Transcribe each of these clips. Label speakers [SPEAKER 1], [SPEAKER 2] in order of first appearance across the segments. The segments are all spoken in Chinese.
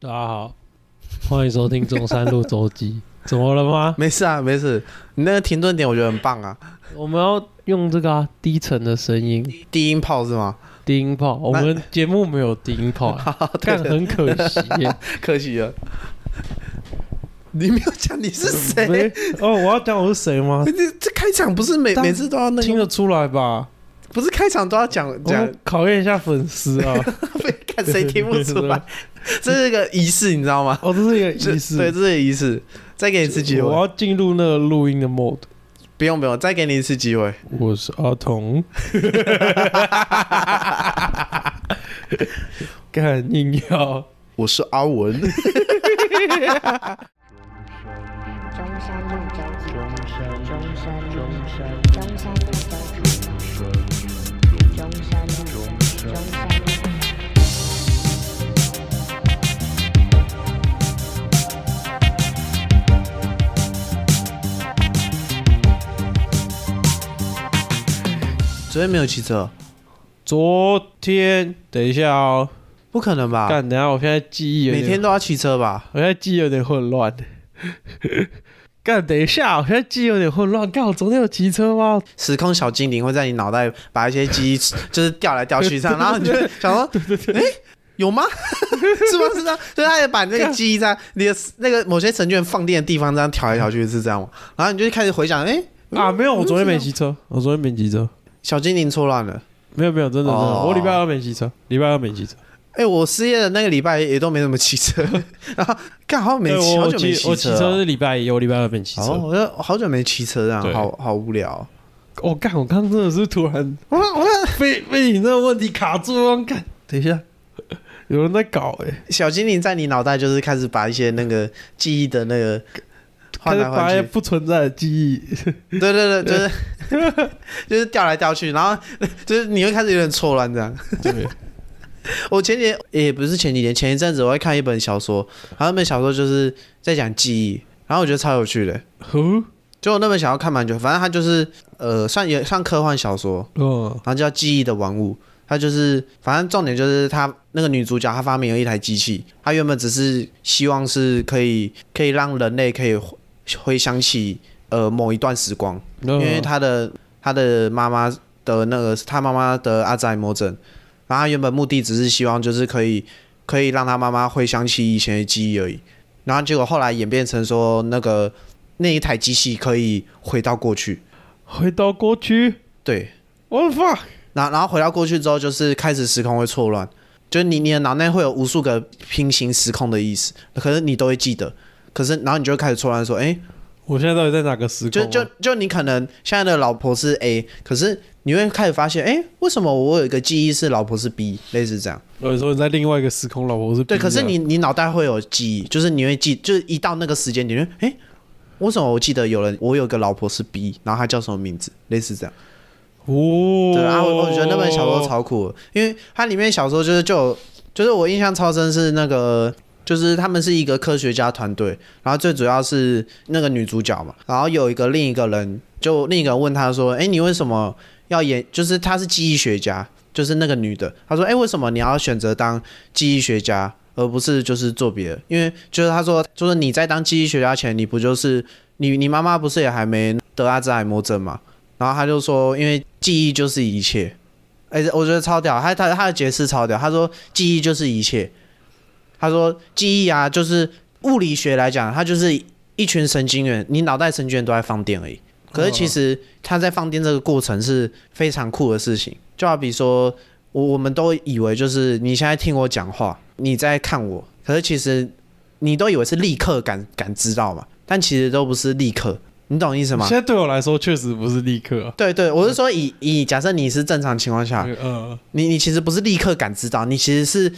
[SPEAKER 1] 大家好，欢迎收听中山路周记。 怎么了吗？
[SPEAKER 2] 没事啊，没事。你那个停顿点我觉得很棒啊，
[SPEAKER 1] 我们要用这个、啊、低沉的声音，
[SPEAKER 2] 低音炮是吗？
[SPEAKER 1] 低音炮。我们节目没有低音炮、啊，
[SPEAKER 2] 对
[SPEAKER 1] 看很可惜 耶。
[SPEAKER 2] 可惜了。你没有讲你是
[SPEAKER 1] 不
[SPEAKER 2] 谁？
[SPEAKER 1] 是哦，我要讲我是谁 吗？
[SPEAKER 2] 这这开场不是每
[SPEAKER 1] 但
[SPEAKER 2] 每次都要那
[SPEAKER 1] 听
[SPEAKER 2] 个，
[SPEAKER 1] 得出来吧？
[SPEAKER 2] 不是开场都要讲
[SPEAKER 1] 我
[SPEAKER 2] 讲
[SPEAKER 1] 们，考验一下粉丝啊！
[SPEAKER 2] 被看 谁听不出 来？这是个仪式，你知道吗？
[SPEAKER 1] 哦，这是一个
[SPEAKER 2] 这
[SPEAKER 1] 仪式。
[SPEAKER 2] 对，这是个仪式。再给你一次机
[SPEAKER 1] 我
[SPEAKER 2] 会，
[SPEAKER 1] 要进入那个录音的 mode。
[SPEAKER 2] 不用不用，再给你一次机会。
[SPEAKER 1] 我是阿 童。 干硬要
[SPEAKER 2] 我是阿文，
[SPEAKER 3] 中山路周记，中山路中山路中山路周记，中山路中山路
[SPEAKER 2] 昨天没有骑车，
[SPEAKER 1] 昨天，等一下哦，
[SPEAKER 2] 不可能吧？
[SPEAKER 1] 干，等一下，我现在记忆有
[SPEAKER 2] 啊每
[SPEAKER 1] 点，
[SPEAKER 2] 天都要骑车吧？
[SPEAKER 1] 我现在记忆有点混乱。 干，等一下，我现在记忆有点混乱。干，我昨天有骑车吗？
[SPEAKER 2] 时空小精灵会在你脑袋把一些记忆就是调来调去这样，然后你就会 想说，哎、有吗？ 是吗？是这样，所以他也把那个记忆在你的那个某些成卷放电的地方这样调来调去，是这样吗？然后你就开始回想，哎、
[SPEAKER 1] 啊，没有，我昨天没骑车，
[SPEAKER 2] 啊
[SPEAKER 1] 我昨天没骑车，
[SPEAKER 2] 小精灵错乱了。
[SPEAKER 1] 没有没有，真的真的，
[SPEAKER 2] 哦
[SPEAKER 1] 我礼拜二没骑车，礼拜二没骑车。
[SPEAKER 2] 哎、我失业的那个礼拜也都没怎么骑车， 然后干好久没
[SPEAKER 1] 对
[SPEAKER 2] 骑，
[SPEAKER 1] 我
[SPEAKER 2] 好
[SPEAKER 1] 我
[SPEAKER 2] 久没
[SPEAKER 1] 骑我骑
[SPEAKER 2] 车
[SPEAKER 1] 车
[SPEAKER 2] 哦。
[SPEAKER 1] 是礼拜一，我礼拜二没骑
[SPEAKER 2] 哦，
[SPEAKER 1] 车。
[SPEAKER 2] 我就好久没骑车，这样
[SPEAKER 1] 对
[SPEAKER 2] 好好无聊。
[SPEAKER 1] 我哦干，我刚刚真的是突然
[SPEAKER 2] 我我
[SPEAKER 1] 被 被你那个问题卡住了。干，等一下，有人在搞哎，
[SPEAKER 2] 小精灵在你脑袋就是开始把一些那个记忆的那个
[SPEAKER 1] 开
[SPEAKER 2] 换
[SPEAKER 1] 始
[SPEAKER 2] 来换
[SPEAKER 1] 把
[SPEAKER 2] 去，
[SPEAKER 1] 不存在的记忆
[SPEAKER 2] 对对对，就是就是 调来调去，然后就是你会开始有点错乱这样。
[SPEAKER 1] 对，
[SPEAKER 2] 我前几天也不是前几天，前一阵子我在看一本小说，然后那本小说就是在讲记忆，然后我觉得超有趣的。
[SPEAKER 1] 哦，
[SPEAKER 2] 就我那本想要看蛮久，反正它就是呃，算也算科幻小说，
[SPEAKER 1] 嗯，
[SPEAKER 2] 然后叫《记忆的玩物》，它就是反正重点就是它那个女主角她发明了一台机器，她原本只是希望是可以可以让人类可以回回想起呃某一段时光，
[SPEAKER 1] 因
[SPEAKER 2] 因为他的他的妈妈的那个他妈妈的阿兹海默症，然后他原本目的只是希望就是可以可以让他妈妈回想起以前的记忆而已，然后结果后来演变成说那个那一台机器可以回到过去，
[SPEAKER 1] 回到过去，
[SPEAKER 2] 对，
[SPEAKER 1] 我的 fuck，
[SPEAKER 2] 然后然后回到过去之后就是开始时空会错乱，就是你你的脑内会有无数个平行时空的意思，可是你都会记得。可是，然后你就会开始错乱，说：“哎、
[SPEAKER 1] 我现在到底在哪个时空
[SPEAKER 2] 就
[SPEAKER 1] 啊？
[SPEAKER 2] 就就你可能现在的老婆是 A，可是你会开始发现，哎、为什么我有一个记忆是老婆是 B，类似这样。
[SPEAKER 1] 有时候你在另外一个时空，老婆是
[SPEAKER 2] 对，
[SPEAKER 1] 冰
[SPEAKER 2] 可
[SPEAKER 1] 的
[SPEAKER 2] 是你你脑袋会有记忆，就是你会记，就是一到那个时间点，你就哎、诶为什么我记得有人我有个老婆是 B，然后她叫什么名字，类似这样。
[SPEAKER 1] 哦，
[SPEAKER 2] 对，然后我我觉得那本小说超酷的，因为它里面小说就是就有就是我印象超深是那个。就是他们是一个科学家团队，然后最主要是那个女主角嘛，然后有一个另一个人，就另一个人问她说：“哎、你为什么要演？就是她是记忆学家，就是那个女的，她说：哎、为什么你要选择当记忆学家，而不是就是做别的？因为就是她说，就是你在当记忆学家前，你不就是你你妈妈不是也还没得阿兹海默症嘛？然后他就说，因为记忆就是一切，哎、我觉得超屌，他他他的解释超屌，他说记忆就是一切，他说记忆啊，就是物理学来讲，它就是一群神经元，你脑袋神经元都在放电而已。可是其
[SPEAKER 1] 嗯
[SPEAKER 2] 实它在放电这个过程是非常酷的事情，就好比说，我我们都以为就是你现在听我讲话，你在看我，可是其实你都以为是立刻感感知到嘛，但其实都不是立刻，你懂意思吗
[SPEAKER 1] 现？在对我来说确实不是立刻啊，
[SPEAKER 2] 对对，我是说以以假设你是正常情况下，
[SPEAKER 1] 嗯，
[SPEAKER 2] 你你其实不是立刻感知到，你其实是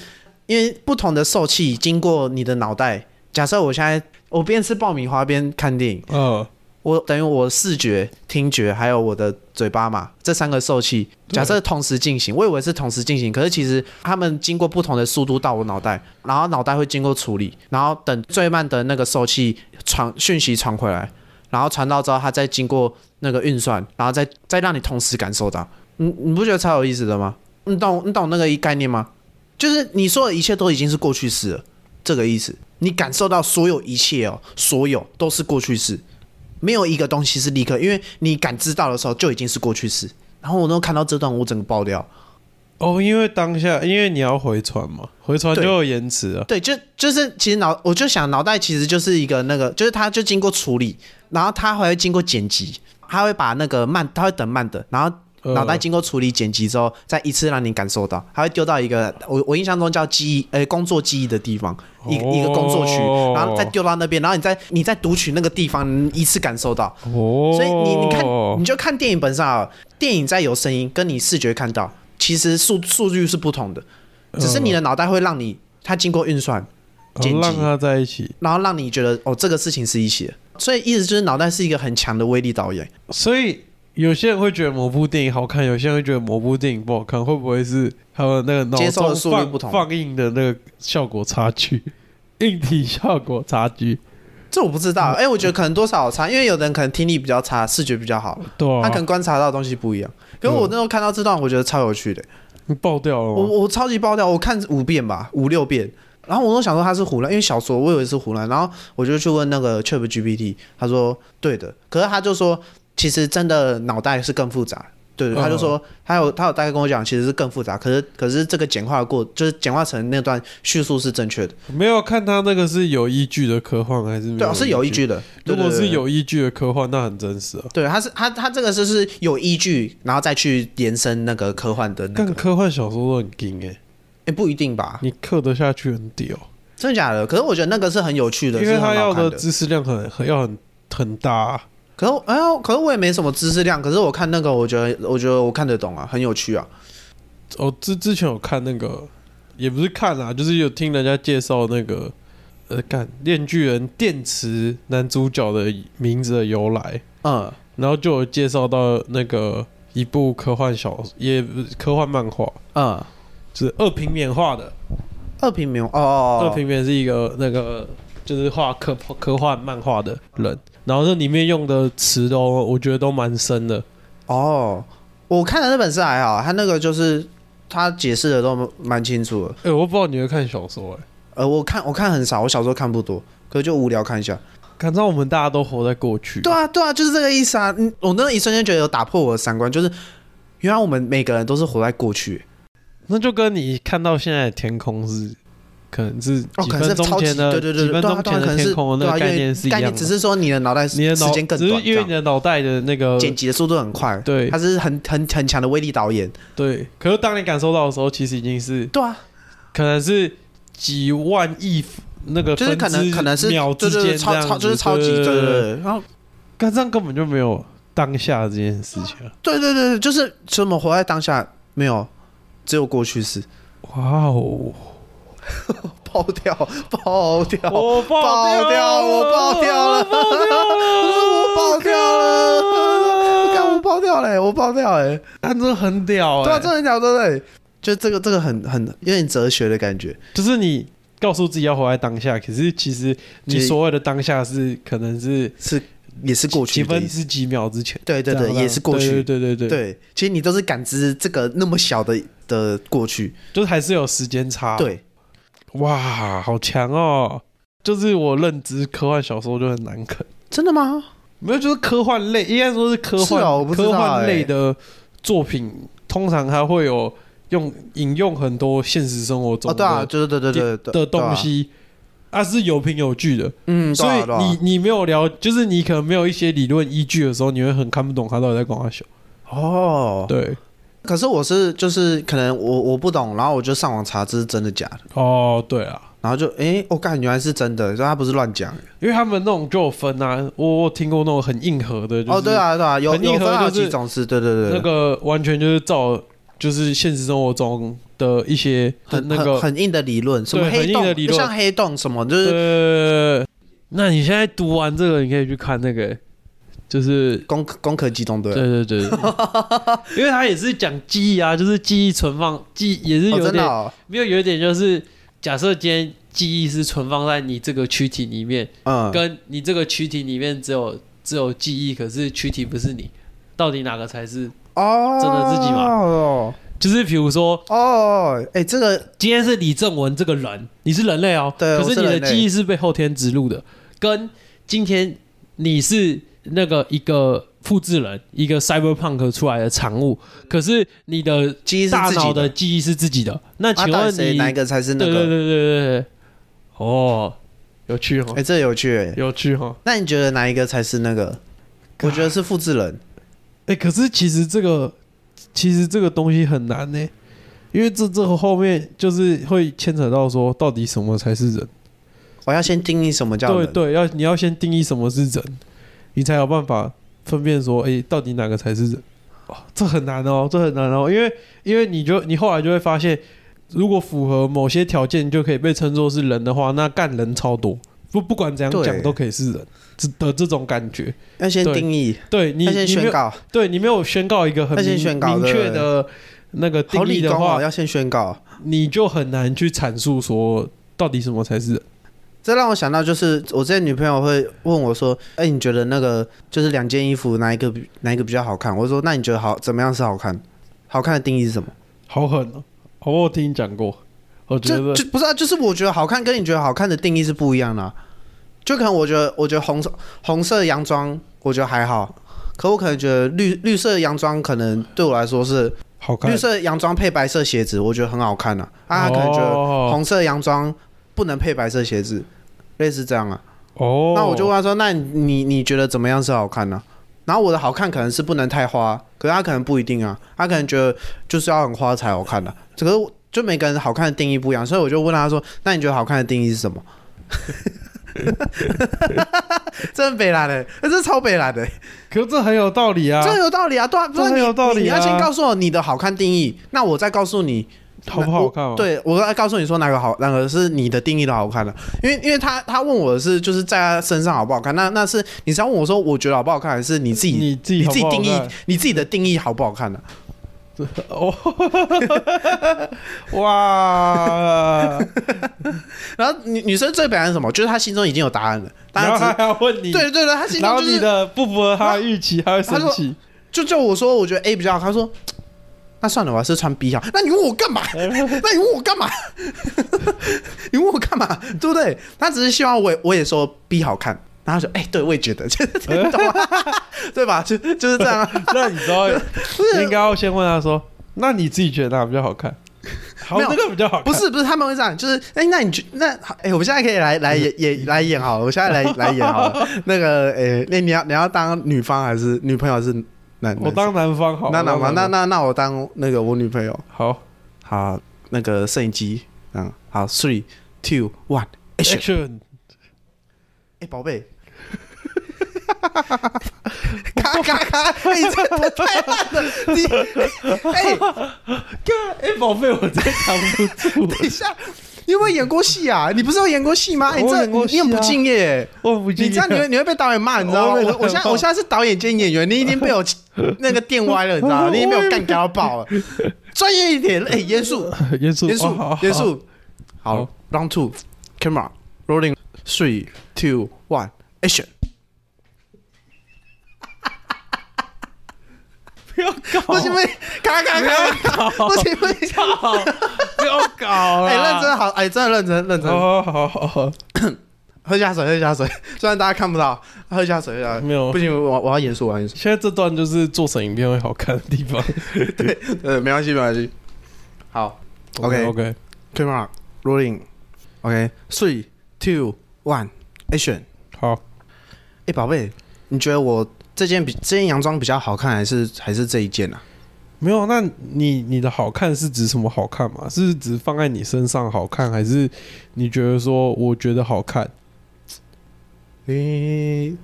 [SPEAKER 2] 因为不同的受气经过你的脑袋。假设我现在我边吃爆米花边看电影，
[SPEAKER 1] 嗯，
[SPEAKER 2] 我等于我视觉、听觉还有我的嘴巴嘛，这三个受气
[SPEAKER 1] 对
[SPEAKER 2] 假设同时进行，我以为是同时进行，可是其实他们经过不同的速度到我脑袋，然后脑袋会经过处理，然后等最慢的那个受气传讯息传回来，然后传到之后，它再经过那个运算，然后再再让你同时感受到。你你不觉得超嗯有意思的吗？你懂你懂那个概念吗？就是你说的一切都已经是过去式了，这个意思。你感受到所有一切哦，所有都是过去式，没有一个东西是立刻，因为你感知到的时候就已经是过去式。然后我能看到这段，我整个爆掉。
[SPEAKER 1] 哦，因为当下，因为你要回传嘛，回传就
[SPEAKER 2] 对
[SPEAKER 1] 有延迟啊。
[SPEAKER 2] 对，就就是其实脑，我就想脑袋其实就是一个那个，就是它就经过处理，然后它还会经过剪辑，它会把那个慢，它会等慢的，然后
[SPEAKER 1] 呃
[SPEAKER 2] 脑袋经过处理剪辑之后，再一次让你感受到，它会丢到一个我我印象中叫记忆，呃，工作记忆的地方，一个、一个工作区，
[SPEAKER 1] 哦
[SPEAKER 2] 然后再丢到那边，然后你再你再读取那个地方，你一次感受到，
[SPEAKER 1] 哦，
[SPEAKER 2] 所以你你看你就看电影本身啊，电影在有声音，跟你视觉看到，其实数数据是不同的，只是你的脑袋会让你它经过运算。
[SPEAKER 1] 呃
[SPEAKER 2] 剪辑
[SPEAKER 1] 让他在一起，
[SPEAKER 2] 然后让你觉得哦，这个事情是一起的。所以意思就是脑袋是一个很强的威力导演。
[SPEAKER 1] 所以有些人会觉得某部电影好看，有些人会觉得某部电影不好看，会不会是他们那个脑
[SPEAKER 2] 接受的
[SPEAKER 1] 中
[SPEAKER 2] 速率
[SPEAKER 1] 放
[SPEAKER 2] 不同
[SPEAKER 1] 放映的那个效果差距， 硬体效果差距？
[SPEAKER 2] 这我不知道，哎、我觉得可能多少有差，因为有的人可能听力比较差，视觉比较好，
[SPEAKER 1] 对
[SPEAKER 2] 他可
[SPEAKER 1] 啊，
[SPEAKER 2] 能观察到的东西不一样。可是我那时候看到这段，我觉得超有趣的，
[SPEAKER 1] 你爆掉了
[SPEAKER 2] 我
[SPEAKER 1] 吗？
[SPEAKER 2] 我超级爆掉，我看五遍吧，五六遍。然后我都想说他是胡乱，因为小说我以为是胡乱，然后我就去问那个 Chat GPT，他说对的，可是他就说其实真的脑袋是更复杂，对对，
[SPEAKER 1] 嗯
[SPEAKER 2] 他就说他有他有大概跟我讲，其实是更复杂，可是可是这个简化过就是简化成那段叙述是正确的，
[SPEAKER 1] 没有看他那个是有依据的科幻还是没
[SPEAKER 2] 对啊，是有依
[SPEAKER 1] 据？
[SPEAKER 2] 据的，
[SPEAKER 1] 嗯如果
[SPEAKER 2] 对
[SPEAKER 1] 是。有依据的科幻，那很真实啊。
[SPEAKER 2] 对对对，他是他他这个是是有依据，然后再去延伸那个科幻的那
[SPEAKER 1] 但
[SPEAKER 2] 个，
[SPEAKER 1] 科幻小说都很硬哎、
[SPEAKER 2] 哎不一定吧？
[SPEAKER 1] 你刻得下去很屌，
[SPEAKER 2] 真的假的？可是我觉得那个是很有趣的，
[SPEAKER 1] 因为
[SPEAKER 2] 是很
[SPEAKER 1] 他
[SPEAKER 2] 好
[SPEAKER 1] 要
[SPEAKER 2] 看
[SPEAKER 1] 的
[SPEAKER 2] 的
[SPEAKER 1] 知识量很很要很很大啊、
[SPEAKER 2] 可是我哎呦，可是我也没什么知识量，可是我看那个，我觉得我觉得我看得懂啊，很有趣啊。
[SPEAKER 1] 哦，之之前有看那个，也不是看啦、就是有听人家介绍那个，呃，看《炼巨人》电池男主角的名字的由来，
[SPEAKER 2] 嗯，
[SPEAKER 1] 然后就有介绍到那个一部科幻小，也不是科幻漫画，
[SPEAKER 2] 嗯，
[SPEAKER 1] 就是二平面画的。
[SPEAKER 2] 二平没有哦哦，哦
[SPEAKER 1] 二平面是一个那个就是画科科幻漫画的人，然后这里面用的词都我觉得都蛮深的。
[SPEAKER 2] 哦，我看的那本是还好，他那个就是他解释的都蛮清楚的。
[SPEAKER 1] 哎、我不知道你会看小说哎、
[SPEAKER 2] 呃，我看我看很少，我小时候看不多，可是就无聊看一下。
[SPEAKER 1] 感到我们大家都活在过去。
[SPEAKER 2] 对啊，对啊，就是这个意思啊。嗯，我那一瞬间觉得有打破我的三观，就是原来我们每个人都是活在过去。
[SPEAKER 1] 那就跟你看到现在的天空是，可能是
[SPEAKER 2] 哦，
[SPEAKER 1] 几
[SPEAKER 2] 可能
[SPEAKER 1] 分
[SPEAKER 2] 是
[SPEAKER 1] 钟
[SPEAKER 2] 超级
[SPEAKER 1] 前的、
[SPEAKER 2] 对对对，
[SPEAKER 1] 几
[SPEAKER 2] 对
[SPEAKER 1] 分
[SPEAKER 2] 啊，
[SPEAKER 1] 钟
[SPEAKER 2] 对啊，
[SPEAKER 1] 前
[SPEAKER 2] 可
[SPEAKER 1] 的
[SPEAKER 2] 能是
[SPEAKER 1] 天空的
[SPEAKER 2] 对
[SPEAKER 1] 那个
[SPEAKER 2] 啊，因
[SPEAKER 1] 概
[SPEAKER 2] 为
[SPEAKER 1] 念是一
[SPEAKER 2] 概
[SPEAKER 1] 样的
[SPEAKER 2] 念，只是说你的脑袋时
[SPEAKER 1] 你的脑
[SPEAKER 2] 间更
[SPEAKER 1] 只
[SPEAKER 2] 短
[SPEAKER 1] 是，因
[SPEAKER 2] 这
[SPEAKER 1] 为
[SPEAKER 2] 样
[SPEAKER 1] 你的呃脑袋的那个
[SPEAKER 2] 剪辑的速度很快，
[SPEAKER 1] 对
[SPEAKER 2] 他是很很很强的威力导演。
[SPEAKER 1] 对，可是当你感受到的时候，其实已经是
[SPEAKER 2] 对啊，
[SPEAKER 1] 可能是几万亿那个
[SPEAKER 2] 就是可
[SPEAKER 1] 分
[SPEAKER 2] 能
[SPEAKER 1] 之
[SPEAKER 2] 可能是
[SPEAKER 1] 秒
[SPEAKER 2] 对
[SPEAKER 1] 之
[SPEAKER 2] 对对
[SPEAKER 1] 间这
[SPEAKER 2] 超
[SPEAKER 1] 样子
[SPEAKER 2] 超就是超级对
[SPEAKER 1] 对
[SPEAKER 2] 对对，然后
[SPEAKER 1] 但这样根本就没有当下这件事情啊。
[SPEAKER 2] 对对对，对就是什么活在当下没有，只有过去式
[SPEAKER 1] 哇哦！
[SPEAKER 2] 爆掉爆掉，
[SPEAKER 1] 我
[SPEAKER 2] 爆掉我
[SPEAKER 1] 我爆
[SPEAKER 2] 爆掉了
[SPEAKER 1] 掉了，
[SPEAKER 2] 我爆掉了，看我爆掉嘞，我爆掉嘞，
[SPEAKER 1] 但这很屌
[SPEAKER 2] 对
[SPEAKER 1] 哎、
[SPEAKER 2] 啊，这很屌对不对？就这个这个很很有点哲学的感觉，
[SPEAKER 1] 就是你告诉自己要活在当下，可是其实你所谓的当下是可能是
[SPEAKER 2] 是也是过
[SPEAKER 1] 几
[SPEAKER 2] 去的
[SPEAKER 1] 分
[SPEAKER 2] 意思。
[SPEAKER 1] 之几秒之前，
[SPEAKER 2] 对对
[SPEAKER 1] 这
[SPEAKER 2] 对，
[SPEAKER 1] 样
[SPEAKER 2] 也是过去。
[SPEAKER 1] 对对对对，
[SPEAKER 2] 对，其实你都是感知这个那么小的的过去。
[SPEAKER 1] 就是还是有时间差。，
[SPEAKER 2] 对，
[SPEAKER 1] 哇，好强哦！就是我认知科幻小说就很难啃，
[SPEAKER 2] 真的吗？
[SPEAKER 1] 没有，就是科幻类，应该说是科幻，
[SPEAKER 2] 是哦我不知道
[SPEAKER 1] 科幻
[SPEAKER 2] 欸
[SPEAKER 1] 类的作品，通常还会有用引用很多现实生活中
[SPEAKER 2] 哦，
[SPEAKER 1] 的、
[SPEAKER 2] 对啊，就是对对对对
[SPEAKER 1] 的东，
[SPEAKER 2] 对啊
[SPEAKER 1] 西，啊是有凭有据的。
[SPEAKER 2] 嗯，
[SPEAKER 1] 所
[SPEAKER 2] 所
[SPEAKER 1] 以
[SPEAKER 2] 以
[SPEAKER 1] 你
[SPEAKER 2] 你
[SPEAKER 1] 你没有了，就是你可能没有一些理论依据的时候，你会很看不懂他到底在讲啥小。
[SPEAKER 2] 哦，
[SPEAKER 1] 对，
[SPEAKER 2] 可是我是就是可能我我不懂，然后我就上网查这是真的假的，
[SPEAKER 1] 哦，对啊，
[SPEAKER 2] 然后就诶，我、感觉原来是真的，所以他不是乱讲。
[SPEAKER 1] 因为他们那种就有分啊，我我听过那种很硬核的，就是
[SPEAKER 2] 哦，对，啊，对啊，有
[SPEAKER 1] 很硬
[SPEAKER 2] 有
[SPEAKER 1] 核
[SPEAKER 2] 分好
[SPEAKER 1] 就是
[SPEAKER 2] 几种是，对对对，
[SPEAKER 1] 那个完全就是照就是现实生活中的一些
[SPEAKER 2] 很
[SPEAKER 1] 那个
[SPEAKER 2] 很很硬的理论，什么
[SPEAKER 1] 对很
[SPEAKER 2] 黑
[SPEAKER 1] 硬的理
[SPEAKER 2] 洞，
[SPEAKER 1] 论
[SPEAKER 2] 像黑洞什么，就是
[SPEAKER 1] 呃，那你现在读完这个，你可以去看那个，就是
[SPEAKER 2] 攻攻壳机动队。
[SPEAKER 1] 对对对， 因为他也是讲记忆啊，就是记忆存放，记忆也是
[SPEAKER 2] 哦，
[SPEAKER 1] 有
[SPEAKER 2] 真
[SPEAKER 1] 点
[SPEAKER 2] 的、哦，
[SPEAKER 1] 没有有一点就是，假设今天记忆是存放在你这个躯体里面，
[SPEAKER 2] 嗯，
[SPEAKER 1] 跟你这个躯体里面只有只有记忆，可是躯体不是你，到底哪个才是？
[SPEAKER 2] 哦，
[SPEAKER 1] 真的自己吗
[SPEAKER 2] 哦，
[SPEAKER 1] 就是比如说
[SPEAKER 2] 哦，哎、这个
[SPEAKER 1] 今天是李正文这个人，你是人类哦，
[SPEAKER 2] 对
[SPEAKER 1] 可是你
[SPEAKER 2] 我是
[SPEAKER 1] 的
[SPEAKER 2] 人类
[SPEAKER 1] 记忆是被后天植入的，跟今天你是那个一个复制人，一个 cyberpunk 出来的产物，可是你的
[SPEAKER 2] 记忆是
[SPEAKER 1] 大
[SPEAKER 2] 自
[SPEAKER 1] 脑
[SPEAKER 2] 己
[SPEAKER 1] 的
[SPEAKER 2] 的，
[SPEAKER 1] 记忆是自己的，那
[SPEAKER 2] 啊
[SPEAKER 1] 请
[SPEAKER 2] 到底
[SPEAKER 1] 问
[SPEAKER 2] 谁
[SPEAKER 1] 你、
[SPEAKER 2] 哪一个才是那
[SPEAKER 1] 对对对
[SPEAKER 2] 个？
[SPEAKER 1] 对对对，哦，有趣哈、
[SPEAKER 2] 哎、这有趣、哎
[SPEAKER 1] 有趣哈、
[SPEAKER 2] 那你觉得哪一个才是那个？我觉得是复制人，
[SPEAKER 1] 哎、可是其实这个，其实这个东西很难呢、因为这这后面就是会牵扯到说，到底什么才是人？
[SPEAKER 2] 我要先定义什么叫
[SPEAKER 1] 对
[SPEAKER 2] 人。
[SPEAKER 1] 对，要你要先定义什么是人，你才有办法分辨说，哎、到底哪个才是人？哦，这很难哦，这很难哦，因为因为你就你后来就会发现，如果符合某些条件就可以被称作是人的话，那干人超多，不不管怎样讲
[SPEAKER 2] 对
[SPEAKER 1] 都可以是人这的这种感觉。
[SPEAKER 2] 要先
[SPEAKER 1] 对
[SPEAKER 2] 定义，
[SPEAKER 1] 对你
[SPEAKER 2] 要先
[SPEAKER 1] 你没
[SPEAKER 2] 宣
[SPEAKER 1] 有
[SPEAKER 2] 告，
[SPEAKER 1] 对你没有宣告一个很
[SPEAKER 2] 而且
[SPEAKER 1] 明
[SPEAKER 2] 宣告
[SPEAKER 1] 明
[SPEAKER 2] 对
[SPEAKER 1] 确的那个
[SPEAKER 2] 好
[SPEAKER 1] 定义
[SPEAKER 2] 理
[SPEAKER 1] 的
[SPEAKER 2] 工
[SPEAKER 1] 话
[SPEAKER 2] 哦，，要先宣告。
[SPEAKER 1] 你就很难去阐述说到底什么才是人。
[SPEAKER 2] 这让我想到，就是我之前女朋友会问我说：“哎、你觉得那个就是两件衣服哪一个比哪一个比较好看？”我说：“那你觉得好怎么样是好看？好看的定义是什么？
[SPEAKER 1] 好狠哦！好我有听你讲过，我觉
[SPEAKER 2] 就
[SPEAKER 1] 得
[SPEAKER 2] 就不是啊，就是我觉得好看跟你觉得好看的定义是不一样的啊、就可能我觉得我觉得红色红色洋装我觉得还好，可我可能觉得绿绿色洋装可能对我来说是
[SPEAKER 1] 好看
[SPEAKER 2] 绿。色洋装配白色鞋子，我觉得很好看啊。啊，他可能觉得
[SPEAKER 1] 哦
[SPEAKER 2] 红色洋装不能配白色鞋子，类似这样啊。
[SPEAKER 1] 哦，
[SPEAKER 2] 那我就问他说：“那你你觉得怎么样是好看呢、然后我的好看可能是不能太花，可是他可能不一定啊，他可能觉得就是要很花才好看的、这个就每个人好看的定义不一样，所以我就问他说：“那你觉得好看的定义是什么？” 这很北蓝的、欸，这超北蓝的、
[SPEAKER 1] 可是这很有道理啊，
[SPEAKER 2] 这有道理啊，对啊，不
[SPEAKER 1] 啊这
[SPEAKER 2] 是
[SPEAKER 1] 很
[SPEAKER 2] 你
[SPEAKER 1] 有道理啊
[SPEAKER 2] 你你要先告诉我你的好看定义，那我再告诉你
[SPEAKER 1] 好不好看
[SPEAKER 2] 那
[SPEAKER 1] 嘛
[SPEAKER 2] 我？对，我要告诉你说哪个好，哪个是你的定义的好看的，因为因为他他问我的是就是在他身上好不好看，那那是你是要问我说我觉得好不好看，还是你自己
[SPEAKER 1] 你自己
[SPEAKER 2] 你
[SPEAKER 1] 好
[SPEAKER 2] 自己
[SPEAKER 1] 不好
[SPEAKER 2] 定义
[SPEAKER 1] 看
[SPEAKER 2] 你自己的定义好不好看呢、
[SPEAKER 1] 哦 哇，
[SPEAKER 2] 然后女女生最本来是什么？就是她心中已经有答案了，
[SPEAKER 1] 然
[SPEAKER 2] 大
[SPEAKER 1] 后
[SPEAKER 2] 家
[SPEAKER 1] 他
[SPEAKER 2] 只
[SPEAKER 1] 还要问你，
[SPEAKER 2] 对对对，她心
[SPEAKER 1] 然
[SPEAKER 2] 中
[SPEAKER 1] 后
[SPEAKER 2] 就
[SPEAKER 1] 你
[SPEAKER 2] 是
[SPEAKER 1] 的不符合他的预期，他会
[SPEAKER 2] 他
[SPEAKER 1] 生
[SPEAKER 2] 说
[SPEAKER 1] 气。
[SPEAKER 2] 就就我说我觉得 A 比较好看，她说。那算了，我还是穿 B 好。那你问我 干嘛？那你问我干嘛？ 你问我干嘛？对不对？他只是希望我也我也说 B 好看，然后他说哎、对我也觉得， 就是你懂吗？ 对吧？就就是这样啊。
[SPEAKER 1] 那你知 道，
[SPEAKER 2] 是
[SPEAKER 1] 应该要先问他说，那你自己觉得哪比较好 看？好，
[SPEAKER 2] 没有
[SPEAKER 1] 那个比较好看。
[SPEAKER 2] 不是不是，他们会这样，就是哎、那你觉那好哎、我们现在可以来
[SPEAKER 1] 嗯
[SPEAKER 2] 来演演来演好了，我现在来来演 好了。那个哎、那你要你要当女方还是女朋友还是男？
[SPEAKER 1] 我当男方好，
[SPEAKER 2] 男生那那
[SPEAKER 1] 我
[SPEAKER 2] 那
[SPEAKER 1] 当
[SPEAKER 2] 那
[SPEAKER 1] 男方
[SPEAKER 2] 那那我当那个我女朋友。
[SPEAKER 1] 好
[SPEAKER 2] 好，那个摄影机，嗯，好，three two one action。
[SPEAKER 1] action，
[SPEAKER 2] 哎，宝 贝。咔咔咔！哎、你这个太烂了！你哎、
[SPEAKER 1] 干哎宝贝，我真扛不 住，
[SPEAKER 2] 等一下，你有没有演过戏啊？你不是有演过戏吗？哎、你
[SPEAKER 1] 我
[SPEAKER 2] 这
[SPEAKER 1] 演过
[SPEAKER 2] 你你很
[SPEAKER 1] 戏啊
[SPEAKER 2] 不敬业、
[SPEAKER 1] 我不
[SPEAKER 2] 你
[SPEAKER 1] 进
[SPEAKER 2] 这样你会你会被导演骂，你知道吗？
[SPEAKER 1] 我会被
[SPEAKER 2] 我我
[SPEAKER 1] 导
[SPEAKER 2] 现
[SPEAKER 1] 演骂
[SPEAKER 2] 在我现在是导演兼演员，你已经被我 那个电歪了，你知道吗？你已经被我干掉到爆了。专业一点，哎、严肃，
[SPEAKER 1] 严肃
[SPEAKER 2] 严肃
[SPEAKER 1] 哦好，
[SPEAKER 2] 严肃。
[SPEAKER 1] 好
[SPEAKER 2] 好，round two, camera rolling, three, two, one, action。
[SPEAKER 1] 不要
[SPEAKER 2] 不行不行，咔咔咔，
[SPEAKER 1] 搞
[SPEAKER 2] 不行不 行。
[SPEAKER 1] 搞，不要搞啦
[SPEAKER 2] 哎，认真好，哎，真的认真认真。
[SPEAKER 1] 好好好好，
[SPEAKER 2] 喝下水，喝下水。 虽然大家看不到，喝下水，喝下水。
[SPEAKER 1] 没有
[SPEAKER 2] 不行，我我要严肃，我要 严肃。
[SPEAKER 1] 现在这段就是做成影片会好看的地方。
[SPEAKER 2] 呃，没关系，没关系。好 OK
[SPEAKER 1] OK，
[SPEAKER 2] camera rolling。OK, three, two, one, action。
[SPEAKER 1] 好，
[SPEAKER 2] 哎，宝贝，你觉得我这件比这件洋装比较好看，还是还是这一件啊？
[SPEAKER 1] 没有，那你你的好看是指什么好看嘛？是指放在你身上好看，还是你觉得说我觉得好看？
[SPEAKER 2] 诶、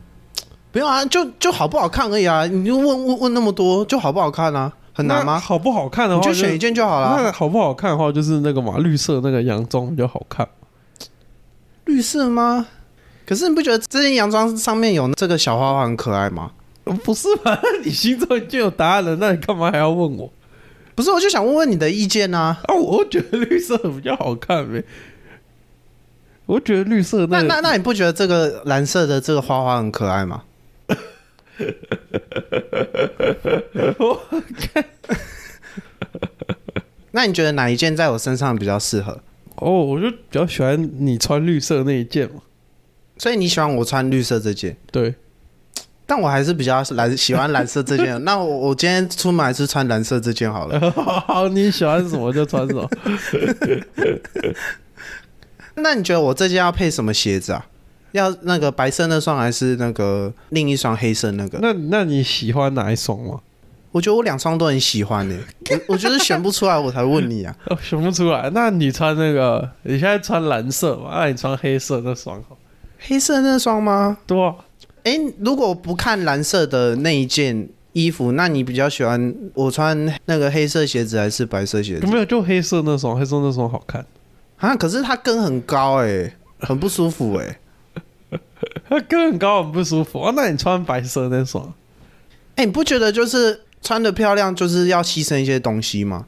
[SPEAKER 2] 不用啊，就就好不好看而已啊！你就问问问那么多，就好不好看啊？很难
[SPEAKER 1] 那
[SPEAKER 2] 吗？
[SPEAKER 1] 好不好看的
[SPEAKER 2] 你
[SPEAKER 1] 话，
[SPEAKER 2] 就选一件就好
[SPEAKER 1] 那
[SPEAKER 2] 啦。
[SPEAKER 1] 好不好看的话，就是那个嘛，绿色那个洋装比较好看。
[SPEAKER 2] 绿色吗？可是你不觉得这件洋装上面有这个小花花很可爱吗？
[SPEAKER 1] 呃不是吧？那 你心中已经有答案了，那你干嘛还要问我？
[SPEAKER 2] 不是，我就想问问你的意见啊。
[SPEAKER 1] 啊，我觉得绿色比较好看呗。我觉得绿色
[SPEAKER 2] 那
[SPEAKER 1] 个
[SPEAKER 2] 那那你不觉得这个蓝色的这个花花很可爱吗？那你觉得哪一件在我身上比较适合？
[SPEAKER 1] 哦，我就比较喜欢你穿绿色那一件嘛。
[SPEAKER 2] 所以你喜欢我穿绿色这件，
[SPEAKER 1] 对，
[SPEAKER 2] 但我还是比较蓝，喜欢蓝色这件。那我我今天出门还是穿蓝色这件好了。
[SPEAKER 1] 好，你喜欢什么就穿什 么。
[SPEAKER 2] 那你觉得我这件要配什么鞋子啊？要那个白色那双还是那个另一双黑色那个？
[SPEAKER 1] 那那你喜欢哪一双吗？
[SPEAKER 2] 我觉得我两双都很喜欢呢、我我就是选不出来，我才问你啊。
[SPEAKER 1] 哦，选不出来。那你穿那个，你现在穿蓝色嘛？那你穿黑色那双好。
[SPEAKER 2] 黑色那双吗？
[SPEAKER 1] 对啊，
[SPEAKER 2] 诶，如果不看蓝色的那一件衣服，那你比较喜欢我穿那个黑色鞋子还是白色鞋子
[SPEAKER 1] 有？没有就黑色那双？黑色那双好看，
[SPEAKER 2] 啊，可是它跟很高诶，很不舒服欸诶。
[SPEAKER 1] 它跟很高很不舒服啊。那你穿白色那双，
[SPEAKER 2] 诶，哎你不觉得就是穿的漂亮就是要牺牲一些东西吗？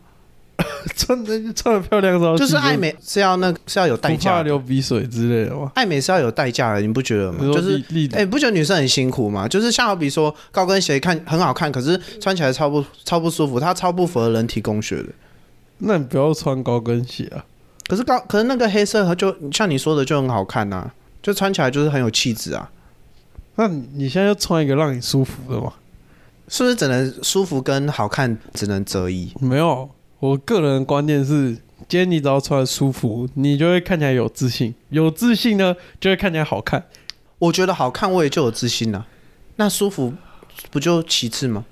[SPEAKER 1] 穿的穿的漂亮之后，
[SPEAKER 2] 就是爱美是要那个是要有代
[SPEAKER 1] 呃不怕
[SPEAKER 2] 价的，
[SPEAKER 1] 流鼻水之类的吗？
[SPEAKER 2] 爱美是要有代价的，你不觉得吗？
[SPEAKER 1] 你说
[SPEAKER 2] 就是
[SPEAKER 1] 立立
[SPEAKER 2] 哎、不觉得女生很辛苦吗？就是像好比说高跟鞋看很好看，可是穿起来超不超不舒服，它超不符合人体工学的。
[SPEAKER 1] 那你不要穿高跟鞋啊。
[SPEAKER 2] 可是高，可是那个黑色和就像你说的就很好看呐、就穿起来就是很有气质啊。
[SPEAKER 1] 那你你现在就穿一个让你舒服的嘛？
[SPEAKER 2] 是不是只能舒服跟好看只能择一？
[SPEAKER 1] 没有，我个人的观念是，今天你只要穿得舒服，你就会看起来有自信，有自信呢就会看起来好看。
[SPEAKER 2] 我觉得好看我也就有自信了、那舒服不就其次 吗？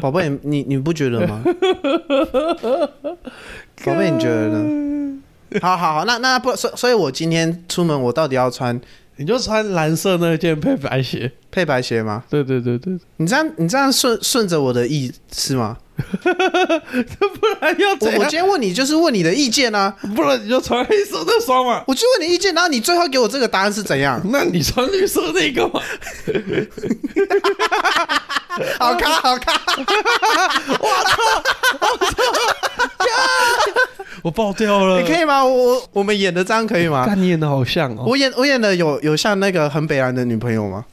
[SPEAKER 2] 宝贝，你你不觉 得吗？宝贝，你觉得呢？好好好，那那不所以所以，我今天出门我到底要穿
[SPEAKER 1] 你就穿蓝色那件配白鞋。
[SPEAKER 2] 配白鞋吗？
[SPEAKER 1] 对对对对，
[SPEAKER 2] 你这样你这样顺顺着我的意是吗？
[SPEAKER 1] 不然要
[SPEAKER 2] 我
[SPEAKER 1] 怎
[SPEAKER 2] 我今
[SPEAKER 1] 样？
[SPEAKER 2] 天问你就是问你的意见啊，
[SPEAKER 1] 不然你就穿黑色那双嘛。
[SPEAKER 2] 我就问你意见，然后你最后给我这个答案是怎样？
[SPEAKER 1] 那你穿绿色那个嘛？
[SPEAKER 2] 好看好 看，
[SPEAKER 1] 我爆掉了！啊
[SPEAKER 2] 你可以吗？我我们演的这样可以吗？
[SPEAKER 1] 看你演的好像哦。
[SPEAKER 2] 我演我演的有有像那个很北兰的女朋友吗？